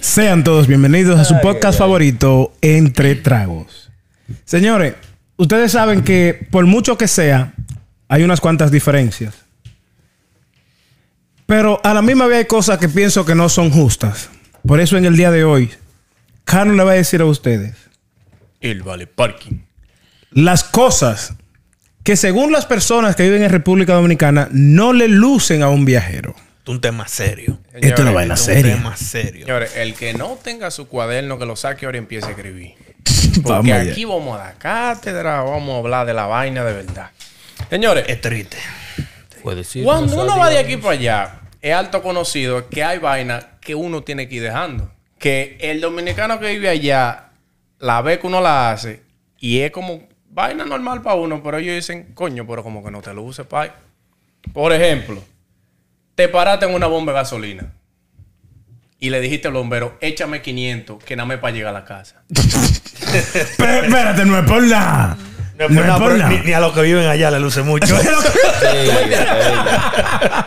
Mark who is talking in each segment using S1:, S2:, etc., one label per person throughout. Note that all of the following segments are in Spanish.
S1: Sean todos bienvenidos a su podcast favorito, Entre Tragos. Señores, ustedes saben que por mucho que sea, hay unas cuantas diferencias. Pero a la misma vez hay cosas que pienso que no son justas. Por eso en el día de hoy, Carlos le va a decir a ustedes
S2: El vale parking.
S1: las cosas que según las personas que viven en República Dominicana no le lucen a un viajero.
S2: Esto es un tema serio. Esto
S1: Esto es una vaina
S2: es
S1: seria.
S2: un tema serio.
S3: Señores, el que no tenga su cuaderno, que lo saque ahora y empiece a escribir.
S1: Vamos
S3: Porque
S1: allá.
S3: aquí vamos a dar cátedra, vamos a hablar de la vaina de verdad. Señores,
S2: Es triste. Puede decir.
S3: cuando uno va de aquí para allá, es alto conocido que hay vaina que uno tiene que ir dejando. Que el dominicano que vive allá, la ve que uno la hace, y es como vaina normal para uno, pero ellos dicen, coño, pero como que no te lo uses, pai. Por ejemplo, te paraste en una bomba de gasolina y le dijiste al bombero, échame 500, que nada más para llegar a la casa.
S1: Pero espérate, no es por nada.
S2: No, pero ni, ni a los que viven allá le luce mucho.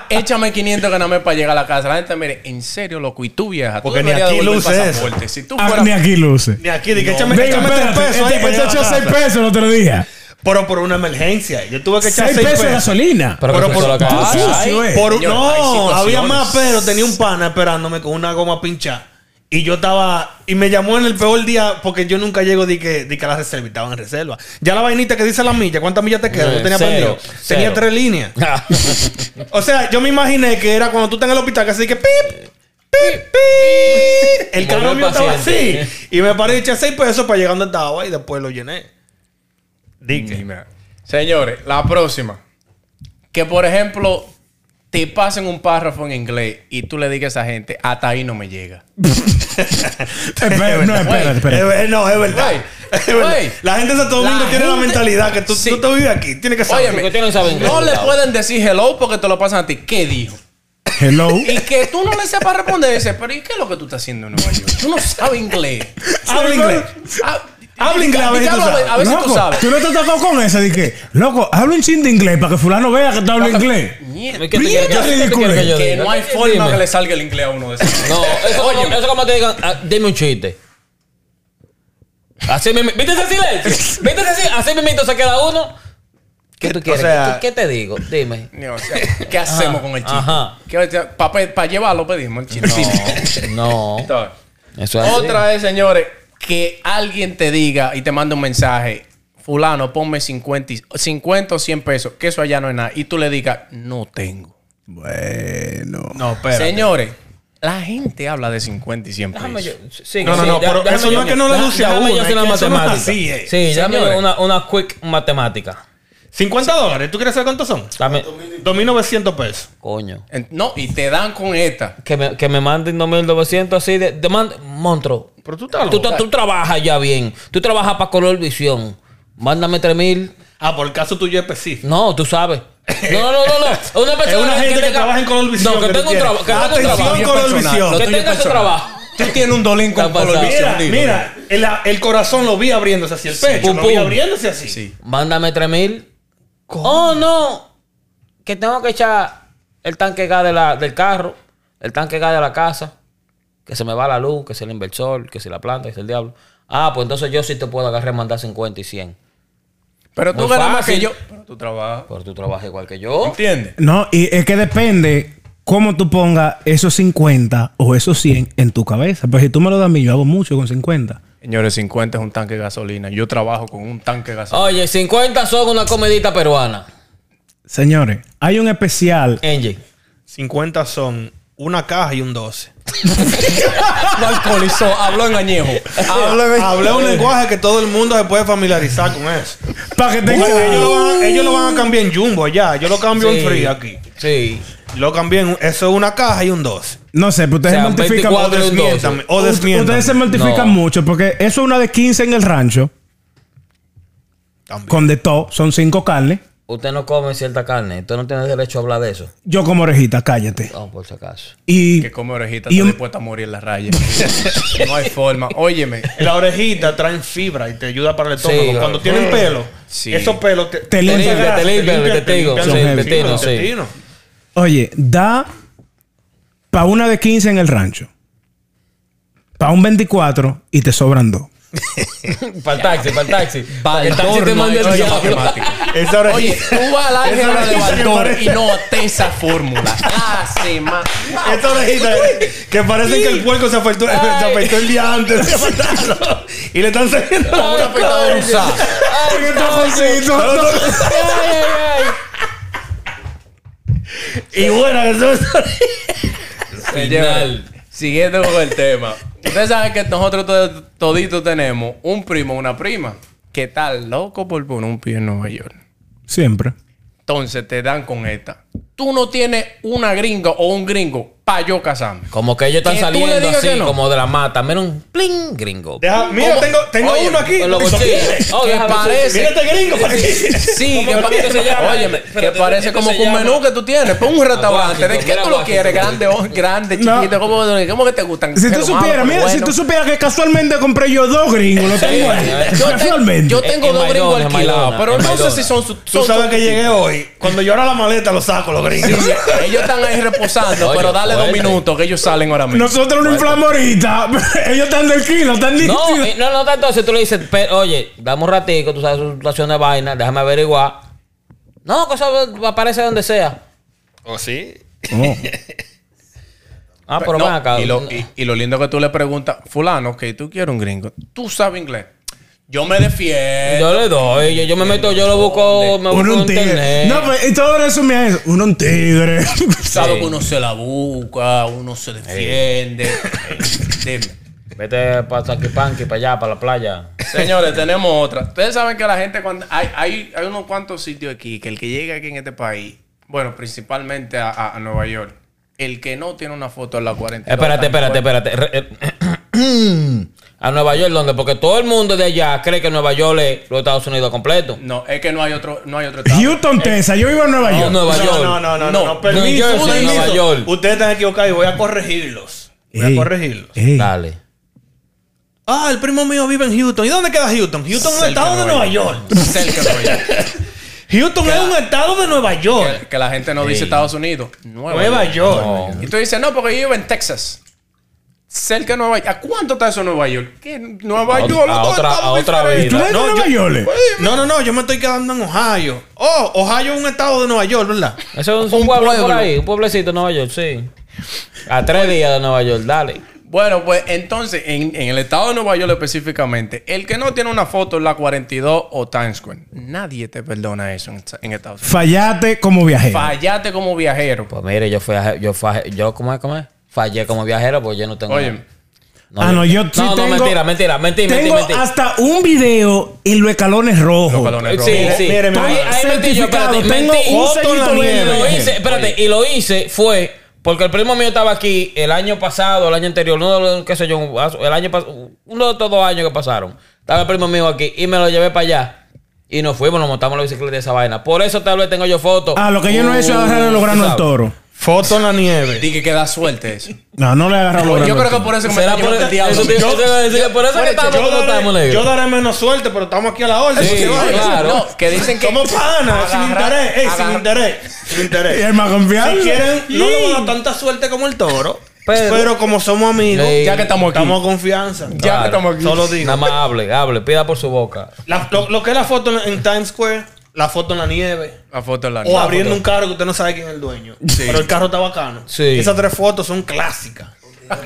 S3: Échame 500 que nada más para llegar a la casa. La gente, mire, en serio, loco, y tú vieja.
S2: Porque
S3: tú
S2: ni
S3: deberías
S2: aquí
S3: devolver
S2: luce
S3: el
S2: eso.
S3: pasaporte. Si tú
S1: Ah,
S3: fueras...
S1: ni aquí luce.
S2: ni aquí, de que
S3: No.
S2: échame,
S1: Venga,
S2: échame tres
S1: espérate,
S2: pesos.
S1: este-
S2: ahí para
S1: este
S2: llevar
S1: echó
S2: a la
S1: 6
S2: casa.
S1: pesos el otro día.
S2: Pero por una emergencia. Yo tuve que echar
S1: 6
S2: seis,
S1: pesos de gasolina.
S4: Pero,
S2: Pero
S4: que
S2: por-
S4: por,
S1: Tú sucio, eh.
S2: Por un-
S3: Señor, hay
S2: no,
S3: situaciones.
S2: había más, pero tenía un pana esperándome con una goma pinchada. Y yo estaba. Y me llamó en el peor día porque yo nunca llego de que, de que la reserva y estaban en reserva. Ya la vainita que dice la milla, ¿cuántas millas te quedan?
S4: Eh,
S2: Yo tenía
S4: cero,
S2: perdido. Tenía
S4: cero. Ah.
S2: tres líneas. O sea, yo me imaginé que era cuando tú estás en el hospital que así que pip, pip, pip. El
S4: Volvió
S2: carro
S4: el
S2: mío estaba así.
S4: paciente.
S2: Y me paré y eché seis pesos para llegar donde estaba y después lo llené.
S3: Ni nada. Señores, la próxima. Que por ejemplo, te pasen un párrafo en inglés y tú le digas a esa gente, hasta ahí no me llega.
S1: Espera, no, Eh, espérate,
S2: Es
S1: espérate.
S2: ver- no, es verdad.
S3: Güey,
S2: Es verdad.
S3: güey.
S2: La gente de Santo Domingo
S3: La
S2: tiene la
S3: gente-
S2: mentalidad que tú,
S3: Sí.
S2: tú te vives aquí. Tienes que saber.
S3: Óyeme,
S4: Porque tú no sabes inglés,
S3: no le
S4: Gustavo.
S3: pueden decir hello porque te lo pasan a ti. ¿Qué dijo?
S1: Hello.
S3: Y que tú no le sepas responder, dice, pero ¿y qué es lo que tú estás haciendo en Nueva York? Tú no sabes inglés.
S2: Habla inglés.
S3: Ah,
S2: Habla inglés, a ver si
S3: dígalo,
S2: tú sabes.
S3: a ver si tú
S1: Loco,
S3: sabes.
S1: no te has tocado con esa de que, loco, habla un chin de inglés para que fulano vea que te habla inglés.
S3: Mierda.
S4: ¿Qué te quieres-
S1: Mierda,
S4: qué te quieres que yo
S3: Que
S4: diga?
S3: no hay
S4: Dime.
S3: forma que le salga el inglés a uno de esos.
S4: No, eso,
S3: Oye,
S4: como, eso como te digan, ah, dime un chiste. Así mismo. ¿Viste ese silencio? ¿Viste ese silencio? Así mismo se queda uno. ¿Qué tú
S2: O
S4: quieres?
S2: sea-
S4: ¿Qué, qué te digo? Dime.
S3: No, o sea, ¿Qué hacemos con el
S4: ajá.
S3: chiste? Para llevarlo pedimos el chiste.
S4: No.
S3: Entonces,
S4: Eso es así.
S3: Otra es, señores, que alguien te diga y te mande un mensaje. Fulano, ponme 50, y- 50 o 100 pesos, que eso allá no es nada. Y tú le digas, no tengo.
S1: Bueno.
S2: No, espera.
S3: Señores, la gente habla de 50 y 100 pesos.
S4: Déjame yo. Sí,
S2: No, no,
S4: sí,
S2: no,
S4: deja-
S2: pero
S4: déjame
S2: eso no
S4: yo-
S2: es que no le
S4: deja-
S2: luce a
S4: déjame
S2: uno,
S4: yo hacer
S2: es
S4: una
S2: que eso no es
S4: matemática.
S2: así, eh.
S4: Sí,
S3: Señores.
S4: dame una, una quick matemática.
S2: 50 dólares. ¿Tú quieres saber cuántos son?
S4: Dame.
S2: 2.900 pesos.
S4: Coño.
S3: En- No, y te dan con esta.
S4: Que me, que me manden 2900 así de. de man- Montro.
S2: Pero tú estás
S4: Tú,
S2: loco.
S4: tra- tú trabajas ya bien. Tú trabajas para Color Visión. Mándame 3000.
S2: Ah, por el caso tuyo específico.
S4: No, tú sabes. No, no, no, no. no. Una persona
S2: Es una gente que trabaja en Color Visión
S4: No, que,
S2: que
S4: tenga
S2: tú
S4: un,
S2: quieres.
S4: trabajo. que tenga un
S2: Atención,
S4: trabajo.
S2: Color Visión.
S3: Ah, Lo
S4: Que
S3: tuyo
S4: tenga su
S3: personal.
S4: trabajo.
S3: Tú tienes un dolín con
S4: Está pasado.
S3: color
S2: Mira,
S3: visión, dilo.
S2: mira, el, el corazón lo vi abriéndose así, el pecho
S4: Pum,
S2: lo vi
S4: pum.
S2: abriéndose así.
S3: Sí.
S4: Mándame 3000. Oh, no. Que tengo que echar el tanque gas de la, del carro, el tanque gas de la casa, que se me va la luz, que es el inversor, que si la planta, que es el diablo. Ah, pues entonces yo sí te puedo agarrar y mandar 50 y 100.
S3: Pero tú
S4: Muy
S3: ganas más que
S4: fácil.
S3: yo. Pero tú trabajas.
S4: Pero tú trabajas igual que yo.
S3: ¿Entiendes?
S1: No, y es que depende cómo tú pongas esos 50 o esos 100 en tu cabeza. Pues si tú me lo das a mí, yo hago mucho con 50.
S3: Señores, 50 es un tanque de gasolina. Yo trabajo con un tanque de gasolina.
S4: Oye, 50 son una comedita peruana.
S1: Señores, hay un especial.
S4: Angie.
S2: 50 son una caja y un 12.
S3: Lo alcoholizó, habló en añejo. Habló en
S2: Hablé un lenguaje que todo el mundo se puede familiarizar con eso.
S1: Para que tenga.
S2: Porque ellos, lo van, ellos lo van a cambiar en jumbo allá. Yo lo cambio
S4: Sí.
S2: en free aquí.
S4: Sí.
S2: Lo cambié en. Eso es una caja y un 12.
S1: No sé, pero ustedes
S4: O sea,
S1: se multiplican.
S4: 24 y un 12.
S2: Miéntame, O
S1: Ut-
S2: desmiéntame.
S1: Ustedes se mortifican
S4: No.
S1: mucho porque eso es una de 15 en el rancho.
S2: También.
S1: Con de todo, son cinco carnes.
S4: Usted no come cierta carne. Usted no tiene derecho a hablar de eso.
S1: Yo como orejita, cállate.
S4: No, por si acaso.
S1: Y
S3: Que come orejita,
S1: Y
S3: está
S1: un-
S3: dispuesta a morir en la raya. no hay forma. Óyeme.
S2: La orejita traen fibra y te ayuda para el
S4: Sí.
S2: estómago. Cuando tienen pelo,
S3: Sí.
S2: esos pelos te,
S1: Te limpia,
S2: grasa,
S4: te limpia el
S2: limpia,
S4: intestino,
S2: limpia
S1: sí,
S2: el
S1: el
S2: intestino,
S4: intestino,
S2: el
S4: sí.
S2: intestino.
S1: oye, da para una de 15 en el rancho. para un 24 y te sobran dos.
S4: Para el taxi, para el taxi.
S3: Para
S4: el taxi te manda el diablo.
S2: Esa hora-
S3: Oye, tú vas al
S2: Esa
S3: álgebra de
S2: orejita que
S3: Baldor
S2: parece-
S3: y no te esa fórmula. Ah, sí, ma.
S2: Esta orejita que parece que el puerco se afectó, se afectó el día antes de matarlo. Y le están saliendo la
S3: Una picadura de un sapo.
S1: Porque tajoncito.
S2: Y bueno, eso es.
S3: Final. Pues, Siguiendo con el tema. Ustedes saben que nosotros to- toditos tenemos un primo, una prima, que está loco por poner un pie en Nueva York.
S1: Siempre.
S3: Entonces te dan con esta. Tú no tienes una gringa o un gringo para yo casarme.
S4: Como que ellos están
S3: Que tú le
S4: saliendo
S3: digas que
S4: así,
S3: no.
S4: como de la mata. Mira un pling gringo.
S2: Deja- mira,
S3: ¿Cómo?
S2: tengo, tengo
S3: Oye,
S2: uno aquí.
S4: en los
S2: Eso
S4: bolsillos.
S2: quiere.
S4: Oh,
S3: que
S4: déjame
S3: parece.
S2: Mira este gringo para aquí.
S3: Sí, que,
S4: ¿Cómo que se llama?
S3: Oye, que
S4: Espérate,
S3: parece
S4: ¿cómo
S3: como
S4: se
S3: que un
S4: llama?
S3: menú que tú tienes. Pon un restaurante. ¿De
S4: Aguacito,
S3: qué
S4: mira
S3: tú lo
S4: aguacito.
S3: quieres? Grande, o- grande,
S1: No.
S3: chiquito. ¿Cómo, cómo que te gustan?
S1: Si tú
S3: Pero malo,
S1: supieras,
S3: pero
S1: mira, si
S3: bueno.
S1: tú supieras que casualmente compré yo dos gringos, los tengo ahí.
S3: Yo, te-
S1: Casualmente.
S3: yo tengo
S4: En
S3: dos
S4: Maidona,
S3: gringos
S4: en
S3: alquilados,
S4: Maidona,
S3: pero
S4: en
S3: no sé
S4: Maidona.
S3: si son sus.
S2: Tú sabes que llegué hoy. Cuando yo ahora la maleta lo saco, los gringos.
S3: Ellos están ahí reposando,
S4: Oye,
S3: pero dale dos
S4: fuerte.
S3: minutos que ellos salen ahora mismo.
S1: Nosotros no inflamos ahorita. Ellos están del kilo, están
S4: No,
S1: líquidos.
S4: eh, no, no tanto. Si tú le dices, "Pe- oye, dame un ratico, tú sabes su situación de vaina, déjame averiguar. No, que eso aparece donde sea.
S5: ¿O sí?
S4: Ah, pero
S3: No,
S4: ven acá.
S3: y, lo, y- y lo lindo que tú le preguntas, fulano, que tú quieres un gringo. ¿Tú sabes inglés? Yo me defiendo.
S4: yo le doy, yo, yo me meto, yo lo busco, me busco
S1: Uno
S4: en
S1: un tigre.
S4: internet.
S1: No, pues, y todo resume a eso. Uno un tigre.
S3: Sabe
S4: Sí.
S3: que uno se la busca, uno se defiende. Dime.
S4: Vete para Saquipanqui, para allá, para la playa.
S3: Señores, tenemos otra. Ustedes saben que la gente cuando hay, hay, hay unos cuantos sitios aquí que el que llega aquí en este país, bueno, principalmente a, a- a Nueva York, el que no tiene una foto en la 40.
S4: Espérate, espérate, espérate. Re- eh, A Nueva York, ¿dónde? Porque todo el mundo de allá cree que Nueva York es los Estados Unidos completo.
S3: No, es que no hay otro, no hay otro estado.
S1: Houston, Texas. Yo vivo en Nueva
S4: No,
S1: York.
S4: Nueva York.
S2: No, no, no, no, no,
S3: No,
S2: no, permiso,
S4: New Jersey,
S2: permiso.
S4: Nueva York.
S2: Ustedes están equivocados y voy a corregirlos. Voy
S1: Ey,
S2: a corregirlos.
S1: ey.
S4: Dale.
S2: Ah, el primo mío vive en Houston. ¿Y dónde queda Houston? Houston es un
S3: Cerca
S2: estado de Nueva York.
S3: Cerca de Nueva York.
S2: Houston es un estado de Nueva York.
S3: Que, que la gente no dice Estados Unidos. Nueva,
S2: Nueva
S3: York.
S2: York.
S3: Y tú dices, no, porque yo vivo en Texas. Cerca de Nueva York. ¿A cuánto está eso en Nueva York? ¿Qué? Nueva
S4: A
S3: York.
S4: otra- a
S3: todo
S4: otra-
S3: estado
S4: a otra
S3: diferente.
S1: ¿Tú eres
S2: No,
S1: de Nueva
S2: yo-
S1: York? eh?
S2: No, no, no, yo me estoy quedando en Ohio. Oh, Ohio es un estado de Nueva York, ¿verdad?
S4: Eso es un,
S3: Un
S4: pueblo, por
S3: pueblo.
S4: ahí, un pueblecito de Nueva York, sí. A tres
S1: Pues-
S4: días de Nueva York, dale.
S3: Bueno, pues entonces, en, en el estado de Nueva York específicamente, el que no tiene una foto en la 42 o Times Square, nadie te perdona eso en, en Estados Unidos.
S1: Fallaste como viajero.
S3: Fallaste como viajero.
S4: Pues mire, yo fui a, yo faje- yo ¿cómo es, cómo es? Fallé como viajero porque yo no tengo.
S3: Oye,
S1: ah, no, yo
S4: no,
S1: sí
S4: no,
S1: tengo,
S4: mentira, mentira, mentira,
S1: Tengo
S4: mentira, mentira.
S1: hasta un video en los escalones rojos.
S3: los calones
S4: Sí,
S3: rojos.
S4: sí.
S2: Mire, mi
S4: Ahí-
S2: hermano,
S4: ahí metí yo,
S1: certificado,
S4: espérate,
S1: tengo
S4: metí-
S1: un
S4: Otto en la
S1: sellito
S4: nieve.
S1: verde.
S4: Lo hice, espérate, y lo hice fue porque el primo mío estaba aquí el año pasado, el año anterior, no, no, qué sé yo, un- el año pas- uno de estos dos años que pasaron. Estaba el primo mío aquí y me lo llevé para allá. Y nos fuimos, nos montamos en la bicicleta de esa vaina. Por eso tal vez tengo yo fotos. Uh,
S1: Ah, lo que yo no he hecho es
S4: Oh,
S1: agarrarle los granos al toro.
S2: Foto en la nieve.
S3: Dije que da suerte eso.
S1: No, no le he agarrado los
S3: Pues
S1: granos.
S3: yo
S1: al
S3: creo que
S1: toro.
S3: por eso que me
S4: Será
S3: está
S4: por,
S3: llevando el diablo.
S4: eso te- eso te iba a decir, que por eso que estamos
S2: Yo
S4: como estamos,
S2: daré,
S4: negro.
S2: yo daré menos suerte, pero estamos aquí a la orden.
S4: Sí,
S2: porque vaya.
S4: claro.
S3: No, que dicen que...
S2: Somos panas, sin
S3: Agarrar-
S2: interés. Ey, sin
S3: agarrar-
S2: interés. Sin
S1: Y
S2: interés.
S1: el más confiable.
S2: Si quieren, no le voy a dar tanta suerte como el toro.
S4: Pero-
S2: Pero, como somos amigos,
S4: Sí.
S3: Ya que estamos aquí.
S2: estamos a confianza.
S3: Ya que estamos aquí.
S2: Solo digo.
S4: Nada más hable, hable, pida por su boca.
S2: La- lo, lo que es la foto en, en Times Square, la foto en la nieve.
S3: La foto en la
S2: O abriendo un carro que usted no sabe quién es el dueño. Pero el carro está bacano.
S4: Sí.
S2: Esas tres fotos son clásicas.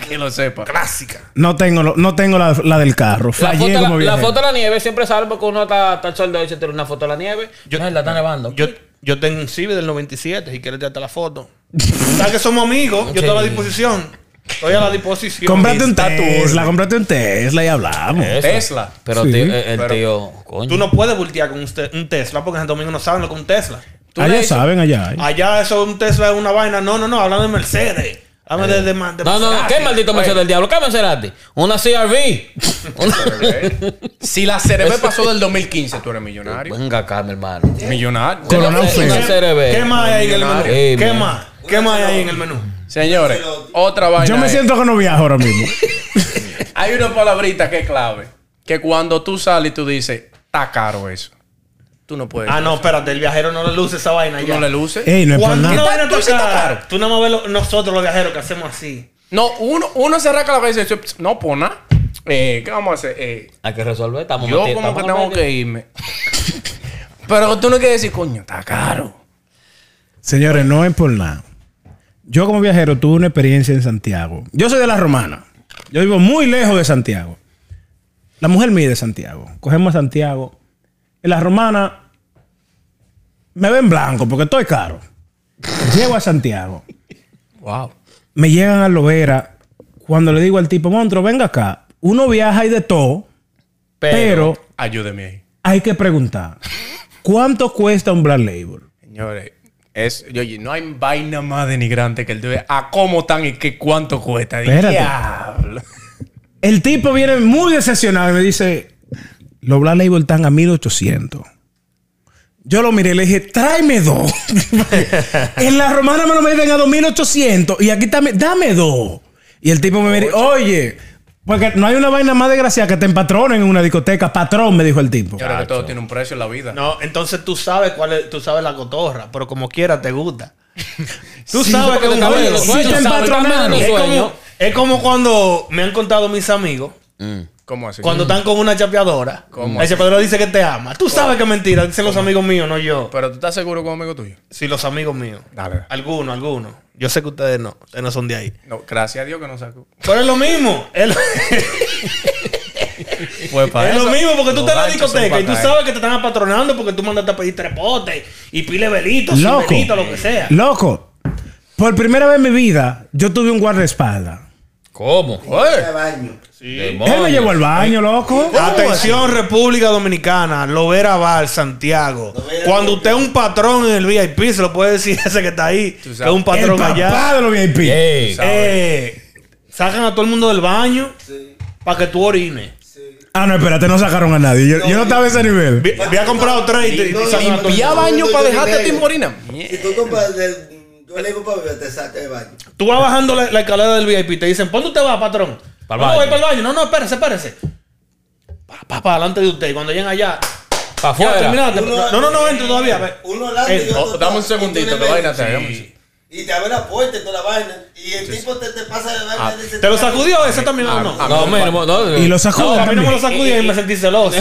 S3: Que lo sepa.
S2: Clásicas.
S1: No tengo, lo- no tengo la, la del carro.
S4: La foto,
S1: Fallé
S4: la,
S1: como
S4: la
S1: viajero.
S4: foto de la nieve siempre sale porque uno está, está al sol de hoy, se tira una foto de la nieve. Yo,
S2: Yo-
S4: la está nevando.
S2: Yo, yo tengo un Civic del 97, si quieres darte la foto. ¿Sabes que somos amigos? Yo estoy a la
S4: Sí.
S2: disposición. Estoy a la disposición.
S1: Comprate un
S2: Está tú.
S1: Tesla, comprate un Tesla y hablamos.
S4: Eso.
S3: Tesla.
S4: Pero
S1: Sí.
S4: tío, eh, el
S3: Pero-
S4: tío, coño.
S2: Tú no puedes voltear con un, te- un Tesla porque en San Domingo no saben lo que es un Tesla.
S3: Tú le
S1: allá
S3: dices-
S1: saben, allá. hay.
S2: Allá eso un Tesla es una vaina. No, no, no, hablan de Mercedes. Hablan de, de, ma- de
S4: no, no,
S2: Maserati.
S4: ¿qué maldito Mercedes del diablo? ¿Qué Maserati? Una CRV. Una-
S3: Si la CRB pasó del 2015, tú eres millonario.
S4: Venga acá, mi hermano.
S3: Millonario.
S1: Coronado
S4: Una
S1: feo.
S4: CRV.
S2: ¿Qué más hay ahí en el menú?
S4: Ey,
S2: ¿Qué
S4: man.
S2: más? ¿Qué más hay ahí en el menú?
S3: Señores, otra vaina.
S1: Yo me
S3: es-
S1: siento que no viajo ahora mismo.
S3: Hay una palabrita que es clave. Que cuando tú sales y tú dices, está caro eso. Tú no puedes.
S2: Ah, no, espérate, el viajero no le luce esa vaina
S3: Tú
S2: ya.
S3: no le luces.
S1: Ey, no es por
S2: Cuando una
S1: nada.
S2: vaina
S3: Tú
S2: está
S3: sí estás
S2: cara,
S3: caro.
S2: tú nada más ves lo- nosotros los viajeros que hacemos así.
S3: No, uno, uno se arranca la cabeza y dice, "Ps, no, pues nada. Eh, ¿Qué vamos a hacer? Eh,
S4: Hay que resolver. Estamos
S3: yo
S4: metidos-
S3: como que
S4: estamos
S3: tengo
S4: metidos.
S3: que irme. Pero tú no quieres decir, coño, está caro.
S1: Señores, no es por nada. Yo como viajero tuve una experiencia en Santiago. Yo soy de la Romana. Yo vivo muy lejos de Santiago. La mujer mía es de Santiago. Cogemos a Santiago. En la Romana me ven blanco porque estoy caro. Llego a Santiago.
S3: Wow.
S1: Me llegan a Lovera. Cuando le digo al tipo, monstruo, venga acá. Uno viaja y de todo, pero
S3: Ayúdeme ahí.
S1: hay que preguntar. ¿Cuánto cuesta un Black Label?
S3: Señores, es, yo- yo- no hay vaina más denigrante que el de a cómo están y qué cuánto cuesta.
S1: Espérate.
S3: Diablo.
S1: El tipo viene muy decepcionado y me dice, los Black Label están a 1800. Yo lo miré y le dije, tráeme dos. en la romana me lo meten a 2800 y aquí también, dame dos. Y el tipo me dijo, oye, porque no hay una vaina más desgraciada que te empatronen en una discoteca. Patrón, me dijo el tipo.
S3: Señores, que todo tiene un precio en la vida.
S2: No, entonces tú sabes cuál es, tú sabes la cotorra, pero como quiera te gusta. Tú
S4: Sí,
S2: sabes que
S4: porque
S2: es un
S4: te cambian
S2: juego.
S4: los sueños,
S2: Sí, te
S4: ¿sabes?
S2: empatronaron.
S4: Cambian los
S2: Es
S4: sueños.
S2: como, es como cuando me han contado mis amigos,
S3: ¿Cómo así?
S2: cuando están con una chapeadora,
S3: ¿Cómo
S2: el
S3: así?
S2: chapeador dice que te ama. Tú sabes que es mentira, dicen los amigos míos, no yo.
S3: Pero tú estás seguro con un amigo tuyo.
S2: Sí, los amigos míos.
S3: Dale.
S2: Algunos, algunos. Yo sé que ustedes no, ustedes no son de ahí.
S3: No, gracias a Dios que no sacó.
S2: Pero es lo mismo. Es lo,
S3: Pues
S2: es lo mismo, porque tú
S3: los
S2: estás en la
S3: ganchos son
S2: discoteca y
S3: para
S2: tú
S3: caer.
S2: sabes que te están apatronando porque tú mandaste a pedir tres potes y pile velitos, sin
S1: Loco.
S2: velito, lo que sea.
S1: Loco, por primera vez en mi vida, yo tuve un guardaespaldas.
S4: ¿Cómo?
S5: de baño.
S1: Él me llevó al baño, loco.
S2: Atención República Dominicana, Lovera Bar, Santiago.
S5: Lovera
S2: Cuando
S5: Bar.
S2: usted es un patrón en el VIP, se lo puede decir ese que está ahí, que
S3: Tú
S2: es
S3: sabes.
S2: un
S1: El
S2: patrón
S1: papá
S2: allá.
S1: de los VIP.
S4: Ey.
S2: Eh, sacan a todo el mundo del baño
S5: Sí,
S2: para que tú orines.
S5: sí.
S1: Ah, no, espérate, no sacaron a nadie. Yo yo no, estaba a ese nivel.
S2: Vi- Había comprado tres y, te- y
S5: No,
S2: sacan a todo el
S3: Limpia
S2: mundo.
S3: baño para dejarte a ti
S5: Yo-
S3: morina.
S5: Si tú compras, el- yo le digo para beber, te saca de baño.
S2: Tú vas bajando la, la escalera del VIP y te dicen, ¿dónde usted va, patrón?
S4: Pa'l
S2: no,
S4: baño.
S2: voy para el baño. No, no, espérese, espérese. Pa, pa, pa, adelante de usted. Y cuando llegan allá,
S4: Para
S2: ya
S4: afuera.
S2: terminaste.
S5: Uno-
S2: Ah, No, no, no, entre todavía. ve.
S5: Uno adelante
S2: Eh,
S5: y
S3: oh,
S5: otro
S3: dame un
S5: atrás,
S3: segundito,
S5: y tú le
S3: que vaina
S5: metes.
S3: te hagamos.
S5: Y te abre la puerta y toda la vaina. Y el tipo te, te pasa de baño.
S3: Ah,
S5: y dice,
S2: ¿Te lo sacudió ese también o
S3: Ah,
S2: no?
S3: ah,
S4: No, mira, no, no.
S1: Y lo sacó.
S2: No, a mí no me lo
S1: también.
S2: sacudí y me sentí celoso.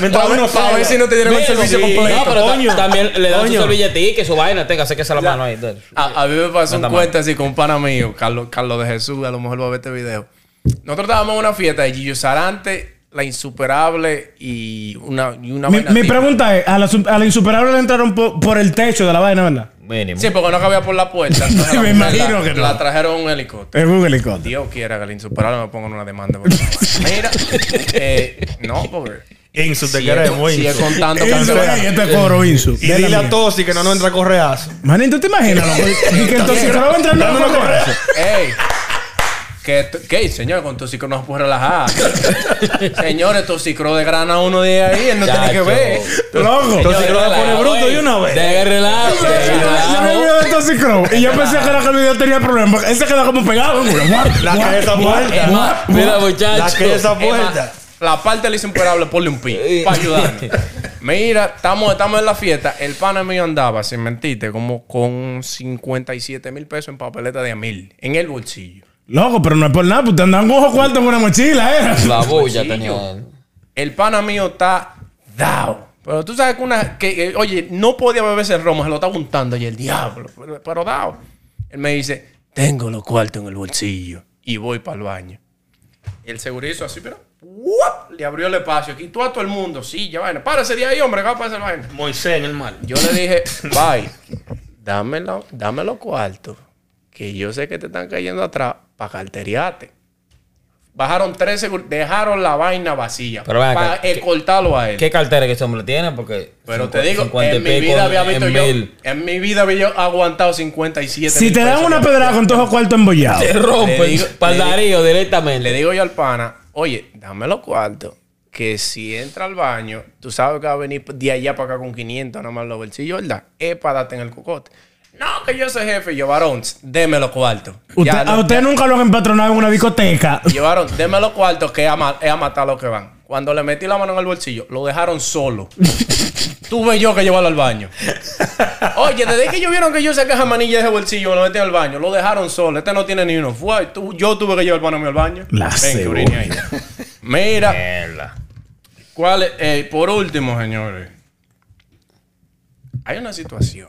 S2: Mientras
S3: Pa' ver-
S2: uno
S3: pa'
S2: sabe.
S3: ver si no te dieron el
S2: Mira,
S3: servicio
S2: sí,
S3: completo.
S4: No, pero ta-
S2: coño.
S4: también le dan su
S2: Coño.
S4: servilletí, que su vaina tenga, sé que se la mano ahí.
S3: A, a mí me pasó
S4: Anda
S3: un
S4: mal.
S3: cuento así con un pana mío, Carlos, Carlos de Jesús, a lo mejor va a ver este video. Nosotros estábamos en una fiesta de Gillo Sarante, La Insuperable y una, y una
S1: Mi,
S3: vaina
S1: mi
S3: así.
S1: pregunta es: a la, su- a la insuperable le entraron po- por el techo de la vaina, ¿verdad?
S4: Mínimo.
S3: Sí, porque no cabía por la puerta. Entonces,
S1: Me
S3: la-
S1: imagino
S3: la-
S1: que no.
S3: La trajeron en un helicóptero.
S1: Es un helicóptero.
S3: Dios quiera que la Insuperable me pongan una demanda. por esa vaina. Mira, eh, no, porque...
S2: Insu, te
S3: Sigue,
S2: queremos,
S3: sigue
S2: Insu.
S3: contando
S1: Insu,
S3: cancela.
S1: ey, este coro, Insu.
S2: Y
S1: Ven
S2: dile
S1: la
S2: a
S1: mía.
S2: Tosi que no nos entra correazo.
S1: Manín, ¿tú te imaginas? loco? Y que entonces se lo va entrando
S2: Dame una correa.
S3: ¡Ey! ¿Qué, t- qué, señor? Con tóxico no se puede relajar. Señores, tóxico de grana uno de ahí, él no tiene que
S4: Chacho.
S3: ver.
S1: Loco.
S2: Entonces creo que pone bruto de una vez.
S4: De relajo.
S1: Yo
S4: de
S1: me
S4: relajo.
S1: veo de Toxicro y yo pensé que era que el video tenía problemas. Él se queda como pegado. güey. Guap,
S2: La
S1: guap,
S2: cabeza
S1: guap,
S2: muerta.
S1: guap,
S4: Emma,
S1: guap.
S4: Mira, muchacho.
S2: La que esa
S3: Ah, Es más,
S2: puerta.
S3: La parte de la insuperable, ponle un pi
S4: Eh.
S3: para ayudarme. Mira, estamos, estamos en la fiesta. El pana mío andaba, sin mentirte, como con 57 mil pesos en papeleta de a mil en el bolsillo.
S1: Loco, pero no es por nada. Pues te andan un ojo cuarto en una mochila, ¿eh?
S4: La bulla tenía. él.
S3: El pana mío está dao. Pero tú sabes que una. Que, que, oye, no podía beberse el romo, se lo estaba untando y el diablo. Pero, pero dao. Él me dice: Tengo los cuartos en el bolsillo y voy para el baño. El segurizo así, pero. ¡guap! Le abrió el espacio. Quitó a todo el mundo. Sí, ya vaina. Párese de ahí, hombre, que va a pasar vaina.
S2: Moisés en el mal.
S3: Yo le dije: Bye, dame, la- dame los cuartos. Que yo sé que te están cayendo atrás para carteriate. Bajaron tres segur- dejaron la vaina vacía.
S4: Pero ven acá,
S3: para
S4: ¿qué-
S3: escoltarlo a él.
S4: ¿Qué cartera que ese hombre tiene? Porque.
S3: Pero
S4: cincu-
S3: te digo,
S4: 50
S3: en mi
S4: pico
S3: vida había visto
S4: en
S3: yo.
S4: mil.
S3: En mi vida había yo aguantado 57.
S1: Si
S3: mil
S1: te dan
S3: pesos.
S1: una pedrada con todo ojo cuarto embollado.
S4: Te
S3: Le digo-
S4: rompen. Para
S3: le digo-
S4: Darío directamente.
S3: Le digo yo al pana, oye, dame los cuartos. Que si entra al baño, tú sabes que va a venir de allá para acá con 500, nada más los bolsillos, ¿verdad? Es para darte en el cocote. No, que yo soy jefe. Yo, varón, deme los cuartos.
S1: Usted- ah,
S3: Ya, no,
S1: a usted
S3: ya.
S1: nunca lo han empatronado en una discoteca.
S3: Llevaron, deme los cuartos que es a, ma- es a matar los que van. Cuando le metí la mano en el bolsillo, lo dejaron solo. Tuve yo que llevarlo al baño. Oye, desde que ellos vieron que yo saqué esa manilla de ese bolsillo, lo metí al baño, lo dejaron solo. Este no tiene ni uno. Fue, tú- yo tuve que llevar el mano mío al baño.
S1: La
S3: Ven, que orine ahí. Mira, cuál es- eh, por último, señores. Hay una situación,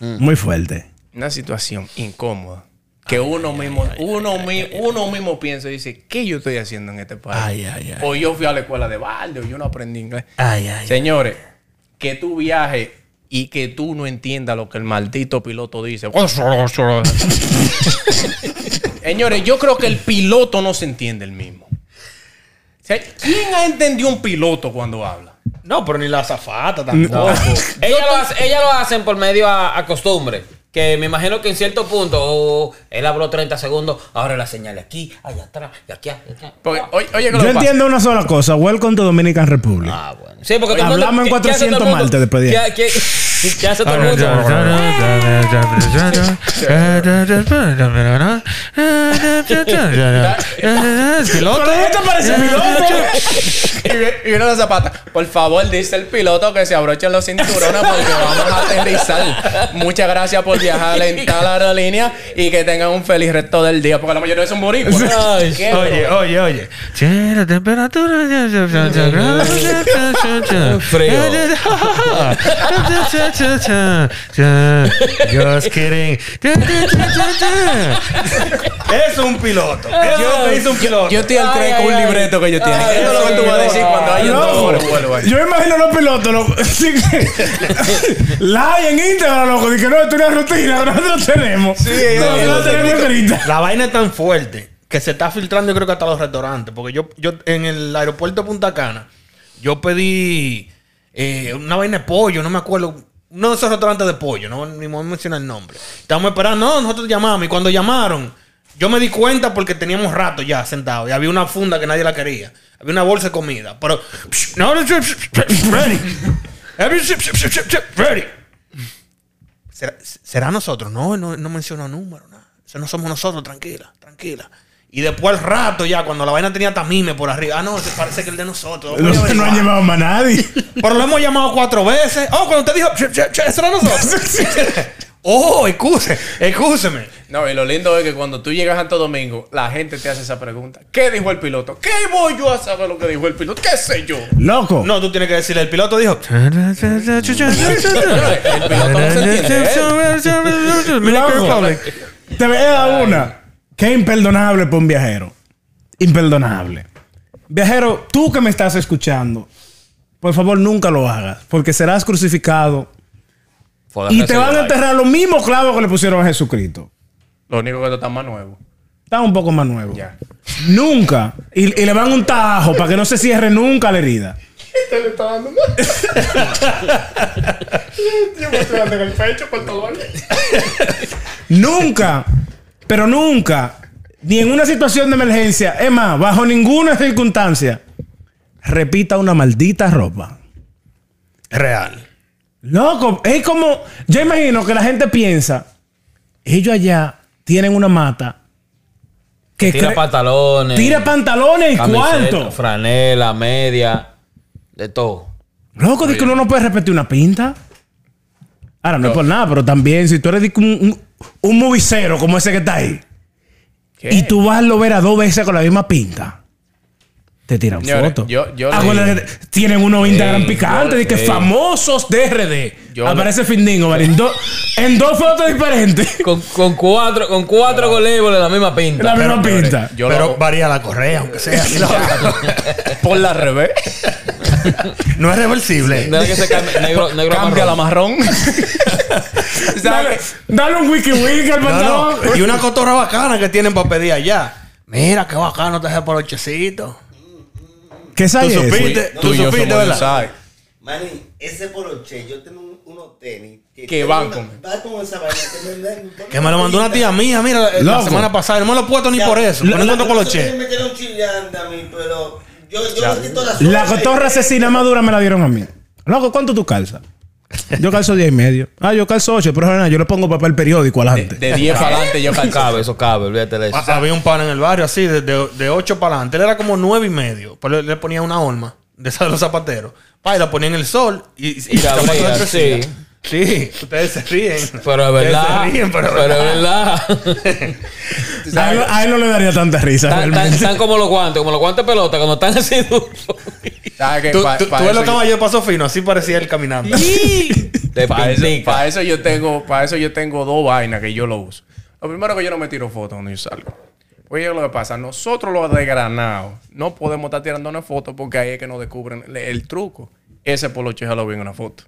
S1: Muy fuerte.
S3: una situación incómoda. Que uno mismo, uno, mi- uno mismo piensa y dice, ¿qué yo estoy haciendo en este país?
S1: Ay, ay, ay.
S3: O yo fui a la escuela de balde, o yo no aprendí inglés.
S1: Ay, ay.
S3: Señores, que tú viajes y que tú no entiendas lo que el maldito piloto dice. Señores, yo creo que el piloto no se entiende el mismo. O sea, ¿Quién ha entendido un piloto cuando habla?
S2: No, pero ni la azafata tampoco.
S4: Ella lo, hace- ella lo hacen por medio a, a costumbre. Que me imagino que en cierto punto, oh, él habló 30 segundos, ahora la señal aquí, allá atrás, y aquí, allá atrás.
S3: Porque, oye, oye, ¿qué lo
S1: Yo
S3: que pasa?
S1: entiendo una sola cosa. Welcome to Dominican Republic.
S4: Ah, bueno. Sí, porque todo el
S1: Hablamos en
S4: mundo- ¿qué- qué hace
S1: 400
S4: todo el mundo?
S1: malte después de ahí.
S4: ¿Qué, qué- qué hace todo el mundo?
S1: Pero este parece piloto.
S3: Y vi- Y vieron la zapata. Por favor, dice el piloto que se abrochen los cinturones porque vamos a aterrizar. Muchas gracias por viajar en tal aerolínea y que tengan un feliz resto del día. Porque la mayoría son boricuas.
S4: Ay,
S3: ¿Qué?
S2: Oye, oye, oye.
S6: Che, la temperatura ya se
S4: oh, Frío.
S6: Just kidding.
S2: Es un piloto. Eso es lo que hizo un piloto.
S3: Yo estoy al
S4: Ay,
S3: tren con
S4: ay,
S3: un
S4: ay.
S3: libreto que ellos tienen.
S4: Ay,
S3: Esto es lo que tú vas a decir cuando hay un doble vuelo ahí.
S1: Yo me imagino a los pilotos. Los, sí, que- la hay en Instagram, loco. Dije, no, esto es una rutina. Nosotros tenemos. Sí, no,
S2: es-
S1: no tenemos ahorita.
S2: La vaina es tan fuerte que se está filtrando, yo creo que hasta los restaurantes. Porque yo, yo en el aeropuerto de Punta Cana, yo pedí eh, una vaina de pollo, no me acuerdo. Uno de esos restaurantes de pollo, no ni me voy a mencionar el nombre. Estábamos esperando, no, nosotros llamamos. Y cuando llamaron, yo me di cuenta porque teníamos rato ya sentados. Y había una funda que nadie la quería. Había una bolsa de comida. Pero. No, no, ready. Ready. ¿Será, será nosotros? No, no, no mencionó número, nada. Eso no somos nosotros, tranquila, tranquila. Y después al rato ya, cuando la vaina tenía tamime por arriba. Ah, no, ese parece que el de nosotros. Voy a
S1: Los que no
S2: averiguar.
S1: han llamado más a nadie.
S2: Pero lo hemos llamado cuatro veces. Oh, cuando usted dijo, "Che, che, che, eso era nosotros. oh, excuse, excúseme.
S3: No, y lo lindo es que cuando tú llegas a Santo Domingo, la gente te hace esa pregunta. ¿Qué dijo el piloto? ¿Qué voy yo a saber lo que dijo el piloto? ¿Qué sé yo?
S1: Loco.
S2: No, tú tienes que decirle, el piloto dijo, "Che,
S3: El piloto no se entiende. ¿eh?
S1: loco. Te vea una. Qué imperdonable para un viajero. Imperdonable. Viajero, tú que me estás escuchando, por favor nunca lo hagas, porque serás crucificado y te van a enterrar los mismos clavos que le pusieron a Jesucristo.
S3: Lo único que esto está más nuevo.
S1: Está un poco más nuevo.
S3: Ya.
S1: Nunca. Y, y le van un tajo para que no se cierre nunca la herida.
S3: Te Este le está dando más. Yo me estoy dando en el pecho por todo el
S1: Nunca, pero nunca, ni en una situación de emergencia, es más, bajo ninguna circunstancia, repita una maldita ropa.
S2: real.
S1: Loco, es como, yo imagino que la gente piensa, ellos allá tienen una mata que
S4: Tira
S1: cre-
S4: pantalones.
S1: tira pantalones y
S4: camiseta,
S1: cuánto.
S4: Franela, media, de todo.
S1: Loco, de que uno no puede repetir una pinta. Ahora, no, es por nada, pero también si tú eres de que un, un, un movicero como ese que está ahí y tú vas a lo ver a dos veces con la misma pinta, te tiran
S3: Señores,
S1: fotos.
S3: yo- yo
S1: Ah,
S3: leí-
S1: bueno, tienen unos Instagram
S4: yo-
S1: picantes de que
S4: ey.
S1: famosos DRD.
S3: Yo-
S1: Aparece Findingo, ¿vale? en, dos- en dos fotos diferentes.
S4: Con, con cuatro, con cuatro goleables de la misma pinta.
S1: la misma pinta.
S3: Yo
S2: pero
S3: lo hago
S2: varía la correa, aunque sea. así lo hago.
S3: por la revés.
S2: no es reversible.
S4: Deja que se cambie, negro, negro
S3: Cambia la
S4: marrón.
S3: marrón.
S1: Dale,
S3: ¿Sabes?
S1: dale un wiki wiki al pantalón.
S2: No, no. Y una cotorra bacana que tienen para pedir allá. Mira, qué bacano te hace por ochecito.
S1: ¿Qué sabes?
S2: Tú supiste. Tú
S3: y yo
S2: supiste,
S3: somos
S2: ¿verdad?
S3: un sabe.
S5: Manny, ese poloche, yo tengo un- unos tenis.
S3: Que
S5: tienen
S3: van
S5: una-
S3: con-
S5: van con esa vaina, que me dan-
S2: Que me lo mandó una tía mía, mira, la- la
S1: Loco.
S2: semana pasada. No me lo he puesto ni por eso.
S1: la-
S2: No encuentro
S5: Yo
S2: coloche.
S5: me quedé un chillante a mí, pero yo, yo me quito la
S1: La cotorra asesina más dura me la dieron a mí. Loco, ¿cuánto tú calzas? Yo calzo 10 y medio. Ah, yo calzo 8, pero nada, yo le pongo papel periódico adelante.
S3: De 10 para adelante yo calculo.
S4: Cabe, eso cabe, olvídate de eso.
S2: Ah, había un pan en el barrio así, de, de, de ocho para adelante. Él era como nueve y medio. Pero le, le ponía una horma de esa de los zapateros. Pa, y la ponía en el sol y, y,
S4: Y la
S2: zapatos
S4: abría,
S2: de
S4: sí.
S2: tresilla. Sí, ustedes se ríen.
S4: Pero es
S2: Ustedes
S4: verdad.
S2: se ríen, pero es verdad.
S4: es verdad.
S1: A él, no- a él no le daría tanta risa
S4: Están- Están
S1: realmente.
S4: están como los guantes, como los guantes de pelota, cuando están así duros.
S3: ¿Sabes qué?
S2: Tú,
S3: Pa-
S2: tú-
S3: pa
S2: tú ves
S3: eso
S2: lo que
S3: yo-
S2: Mayor pasó fino, así parecía él caminando.
S4: Te
S3: Para eso,
S4: pintica.
S3: pa' eso yo tengo, para eso yo tengo dos vainas que yo lo uso. Lo primero que yo no me tiro fotos cuando yo salgo. Oye, lo que pasa, nosotros los de Granado no podemos estar tirando una foto porque ahí es que nos descubren el, el truco. Ese poloche ya lo vi en una foto.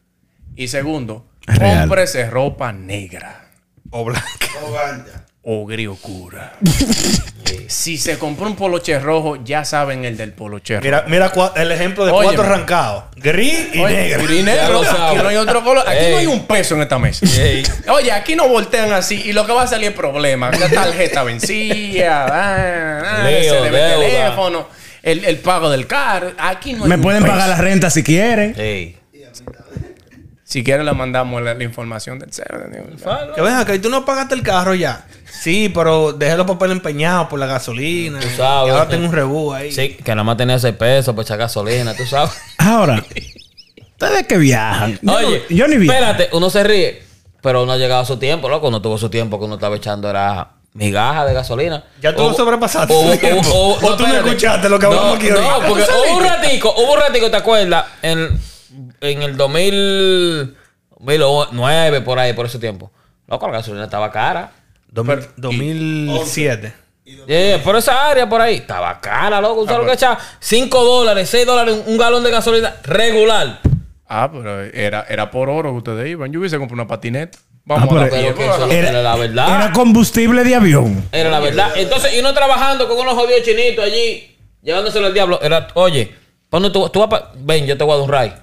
S3: Y segundo,
S1: Es real.
S3: cómprese ropa negra
S2: O blanca.
S5: No banda.
S3: o gris oscura. si se compró un poloche rojo, ya saben el del poloche rojo.
S2: Mira, mira cua- el ejemplo de
S3: Óyeme.
S2: cuatro arrancados. Gris y
S3: Oye,
S2: negro.
S3: gris y negro.
S4: Ya lo
S3: Aquí
S4: sabe.
S3: no hay otro color. Aquí no
S4: Ey.
S3: hay un peso en esta mesa.
S4: Ey.
S3: Oye, aquí no voltean así y lo que va a salir es problema. La tarjeta vencida, ah, ah,
S4: Leo,
S3: se debe el
S4: deuda.
S3: teléfono, el, el pago del carro. Aquí no hay
S1: Me
S3: un
S1: pueden
S3: peso.
S1: pagar la
S4: Pues.
S1: renta si quieren.
S4: Ey.
S3: Si quieren le mandamos la, la información del cero.
S2: Que ven acá, y tú no pagaste el carro ya. Sí, pero dejé los papeles empeñados por la gasolina.
S4: Tú sabes.
S2: Y ahora tengo un rebú ahí.
S4: Sí, que nada más tenía ese peso para echar gasolina, tú sabes.
S1: Ahora, ustedes que viajan. Yo,
S4: Oye,
S1: yo ni viajo.
S4: Espérate, uno se ríe, pero uno ha llegado a su tiempo, loco. No tuvo su tiempo que uno estaba echando era migaja de gasolina.
S2: Ya tú lo
S4: Hubo-
S2: sobrepasaste
S4: hubo-
S2: tu tiempo.
S4: hubo- hubo-
S2: O tú no
S4: espérate.
S2: escuchaste lo que
S4: No,
S2: hablamos aquí ahorita.
S4: No, porque
S2: ¿Tú sabes?
S4: hubo un ratico, hubo un ratico, ¿te acuerdas? En, en el 2000, 2009, por ahí, por ese tiempo. Loco, la gasolina estaba cara.
S2: Dos mil- 2007.
S4: Yeah, por esa área por ahí. Estaba cara, loco.
S2: Ah,
S4: Usted
S2: pues.
S4: lo que echaba 5 dólares, 6 dólares, un- un galón de gasolina regular.
S3: Ah, pero era, era por oro que ustedes iban. Yo hubiese comprado una patineta.
S1: Ah, pero-
S3: Vamos a dar pie.
S4: Pero que eso
S1: Era-
S4: era la verdad.
S1: Era combustible de avión.
S4: Era la verdad. Entonces, y uno trabajando con unos jodidos chinitos allí, llevándoselo al diablo. Era, oye, cuando tú, tú vas pa- Ven, yo te voy a dar un ray.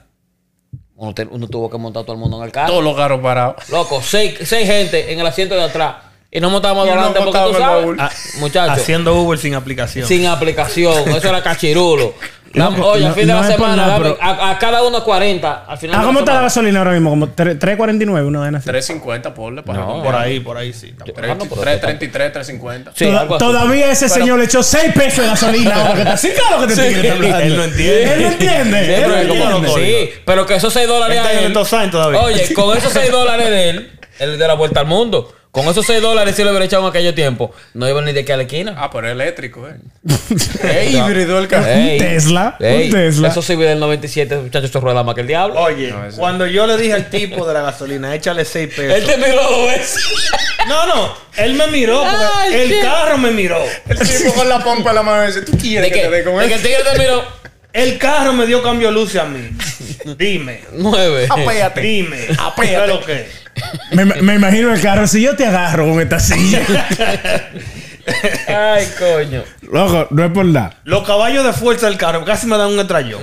S4: Uno, te- uno tuvo que montar todo el mundo en el carro.
S3: Todos los carros parados.
S4: Loco, seis, seis gente en el asiento de atrás. Y nos montábamos
S3: Y uno
S4: adelante porque
S3: montado
S4: tú
S3: en el
S4: sabes.
S3: baúl.
S2: Ah,
S4: Muchachos,
S2: Haciendo Uber sin aplicación.
S4: sin aplicación. Eso era cachirulo. La-
S1: Loco,
S4: oye,
S1: no-
S4: al fin de
S1: no
S4: la
S1: es por
S4: semana,
S1: nada,
S4: dame
S1: pero-
S4: a, a cada uno 40. Al final
S1: Ah,
S4: de
S1: ¿cómo está la
S4: semana.
S1: gasolina ahora mismo? Como tre- 3.49, una vaina así.
S3: 350, ponle para
S4: No.
S2: Por ahí, por ahí sí.
S4: Yo- ah, no, pero-
S3: 333, 350.
S4: Sí,
S1: Toda-
S4: algo así.
S1: todavía ese señor le echó 6 pesos de gasolina. ahora que está así claro que te
S4: Sí,
S1: tigre está hablando.
S2: él no entiende.
S1: Él no
S4: Sí,
S1: entiende. él
S4: pero,
S1: no
S4: que como-
S1: entiende.
S4: sí, pero que esos 6 dólares
S2: Este
S4: a
S2: año
S4: él-
S2: no saben todavía.
S4: Oye, con esos 6 dólares de él, el de la vuelta al mundo, con esos 6 dólares si lo hubiera echado en aquello tiempo, no iba ni de aquí a la esquina.
S3: Ah, pero es eléctrico, eh. es híbrido el carro.
S4: Ey,
S1: Tesla, un
S4: ey,
S1: Tesla.
S4: Eso sí, del 97, muchachos, eso rueda más que el diablo.
S2: Oye,
S3: No, eso-
S2: cuando yo le dije al tipo de la gasolina, échale seis pesos.
S4: Él te miró dos veces.
S2: No, no, él me miró. porque
S4: Ay,
S2: el
S4: shit.
S2: carro me miró.
S3: El tipo con la pompa en la mano dice, ¿tú quieres
S4: De
S3: que
S4: que,
S3: te dé con
S4: de que el
S3: eso?
S4: tigre te miró
S2: El carro me dio cambio de luces a mí. Dime.
S4: nueve.
S3: Ah, pues. Apéate.
S2: Dime.
S3: Apéate.
S2: ¿Qué es lo que?
S1: Me, me imagino el carro. Si yo te agarro con esta silla.
S4: Ay, coño.
S1: Loco, no es por nada.
S2: Los caballos de fuerza del carro casi me dan un estrellón.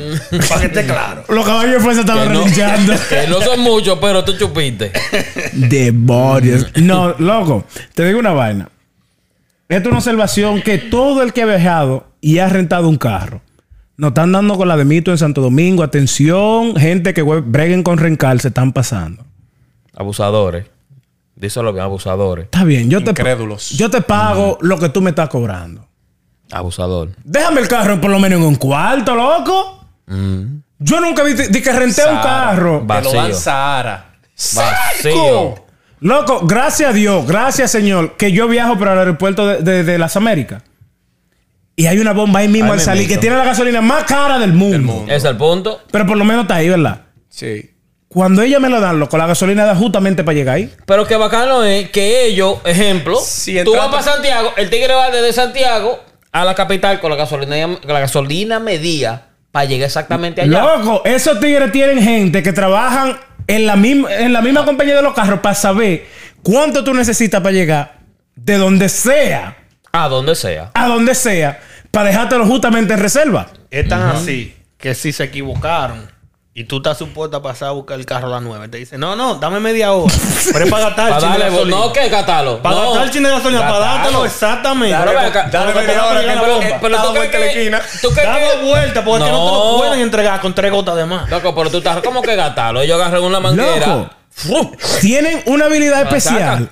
S2: para que esté claro.
S1: Los caballos de fuerza estaban
S4: Que no,
S1: relinchando.
S4: que no son muchos, pero tú chupiste.
S1: Demonios. No, loco, te digo una vaina. Esta es una observación que todo el que ha viajado y ha rentado un carro. Nos están dando con la de Mito en Santo Domingo. Atención, gente que hue- breguen con rencar se están pasando.
S4: Abusadores. Díselo bien, abusadores.
S1: Está bien, yo te,
S3: Incrédulos.
S1: yo te pago lo que tú me estás cobrando.
S4: Abusador.
S1: Déjame el carro por lo menos en un cuarto, loco. Yo nunca vi di que renté un
S3: Sara,
S1: carro.
S3: Te lo dan
S4: Vacío.
S3: Sahara.
S4: Vacío.
S3: ¡Saco!
S1: Loco, gracias a Dios, gracias Señor, que yo viajo para el aeropuerto de, de- de las Américas. Y hay una bomba ahí mismo
S2: Ahí
S1: al
S2: me
S1: salir
S2: meto.
S1: que tiene la gasolina más cara del mundo.
S3: mundo.
S4: Ese es el punto.
S1: Pero por lo menos está ahí, ¿verdad?
S3: Sí.
S1: Cuando ella me lo dan, loco, la gasolina da justamente para llegar ahí.
S4: Pero que bacano es que ellos, ejemplo,
S3: Si
S4: tú
S3: entraste-
S4: vas para Santiago, el tigre va desde Santiago a la capital con la gasolina, con la gasolina medida para llegar exactamente allá.
S1: Loco, esos tigres tienen gente que trabajan en la misma, en la misma compañía de los carros para saber cuánto tú necesitas para llegar de donde sea,
S4: A donde sea.
S1: a donde sea, para dejártelo justamente en reserva.
S2: Es tan así que si se equivocaron Y tú estás supuesto a pasar a buscar el carro a las 9. Te dice, no, no, dame media hora. Pero es para gastar
S4: Para
S2: el chino de
S4: darle, bo-
S2: gasolina.
S4: no, que gatalo.
S2: Para gastar el chino de gasolina, para dártelo exactamente.
S4: Dale,
S2: Pero-
S4: ven acá.
S2: dale
S4: Pero-
S2: media hora que
S4: pero-
S2: la
S4: eh,
S2: bomba.
S4: pero tú crees
S3: vuelta a la
S4: que-
S3: esquina.
S4: ¿Tú crees
S2: Dame
S4: que-
S2: vuelta, porque es que no te
S4: No.
S2: lo pueden entregar con tres gotas de más.
S4: Loco, pero tú estás como que gatalo. Ellos agarran una manguera.
S1: Loco.
S4: ¡fru!
S1: Tienen una habilidad
S4: Para
S1: especial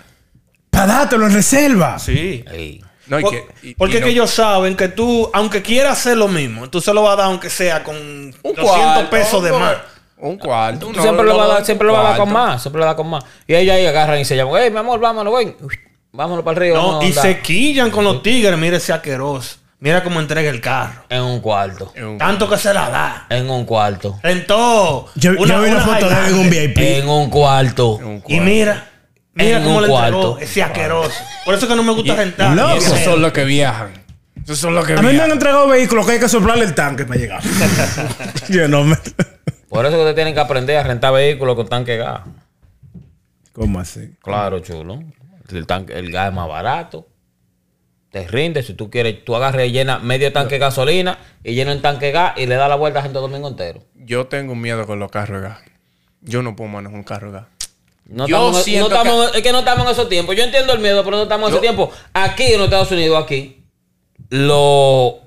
S1: para dártelo en reserva.
S2: Sí.
S4: Ey.
S3: No, y
S2: Por-
S3: que- y-
S2: porque
S3: y
S2: es
S3: no-
S2: que ellos saben que tú, aunque quieras hacer lo mismo, tú se lo vas a dar aunque sea con 200
S3: cuarto,
S2: pesos de
S3: un
S2: más.
S3: cuarto. Un cuarto.
S4: Tú siempre lo vas a dar, siempre lo vas a dar con más, siempre lo vas a dar con más. Y ellos ahí agarran y se llaman, ¡Ey, mi amor, vámonos, ven! Uy, Vámonos para el río.
S2: No,
S4: vamos
S2: y
S4: a andar".
S2: se quillan con los tigres. Mire ese asqueroso. Mira cómo entrega el carro.
S4: En un cuarto.
S2: Tanto que se la da.
S4: En un cuarto.
S2: Rentó.
S1: Yo, yo vi una foto de él en un
S2: Highlander.
S1: VIP.
S4: En un cuarto.
S2: Y mira. Mira
S4: En
S2: cómo
S4: un
S2: le entregó
S4: cuarto.
S2: ese asqueroso. Por eso es que no me gusta rentar.
S1: loco.
S3: Y esos son los que viajan. Esos son los que
S1: A mí me han
S3: viajan.
S1: entregado vehículos que hay que soplarle el tanque para llegar. yo no me...
S4: Por eso que ustedes tienen que aprender a rentar vehículos con tanque de gas.
S1: ¿Cómo así?
S4: Claro, chulo. El, tanque, el gas es más barato. Te rinde. Si tú quieres, tú agarras y llenas medio tanque de gasolina y llenas un tanque de gas y le das la vuelta a Santo Domingo entero.
S3: Yo tengo miedo con los carros de gas. Yo no puedo manejar un carro de gas.
S4: No
S3: Yo
S4: estamos,
S3: siento
S4: no estamos- Es que no estamos en esos tiempos. Yo entiendo el miedo, pero no estamos en
S3: Yo-
S4: ese tiempo. Aquí en los Estados Unidos, aquí, lo-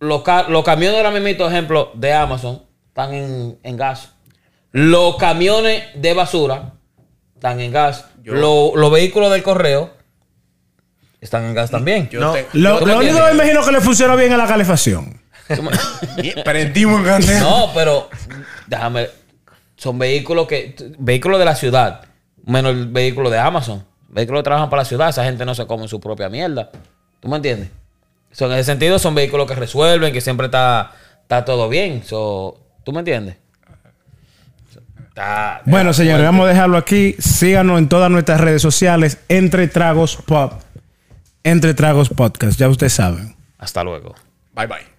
S4: los, ca- los camiones ahora mismo, ejemplo, de Amazon, están en, en gas. Los camiones de basura están en gas. Lo- los vehículos del correo están en gas también.
S3: Yo
S2: No,
S3: te-
S1: Lo,
S4: ¿Tú
S1: lo
S4: me
S1: único que me
S4: entiendes?
S1: imagino que le funciona bien es la calefacción.
S4: Tú me-
S3: Prendimos en candela.
S4: No, pero déjame. Son vehículos que. t- Vehículos de la ciudad. Menos el vehículo de Amazon. Vehículos que trabajan para la ciudad. Esa gente no se come su propia mierda. ¿Tú me entiendes? So, en ese sentido, son vehículos que resuelven, que siempre está, está todo bien. So, ¿Tú me entiendes? Está-
S1: Bueno, señores, vamos a dejarlo aquí. Síganos en todas nuestras redes sociales. Entre Tragos Pop. Entre Tragos Podcast. Ya ustedes saben.
S4: Hasta luego.
S3: Bye bye.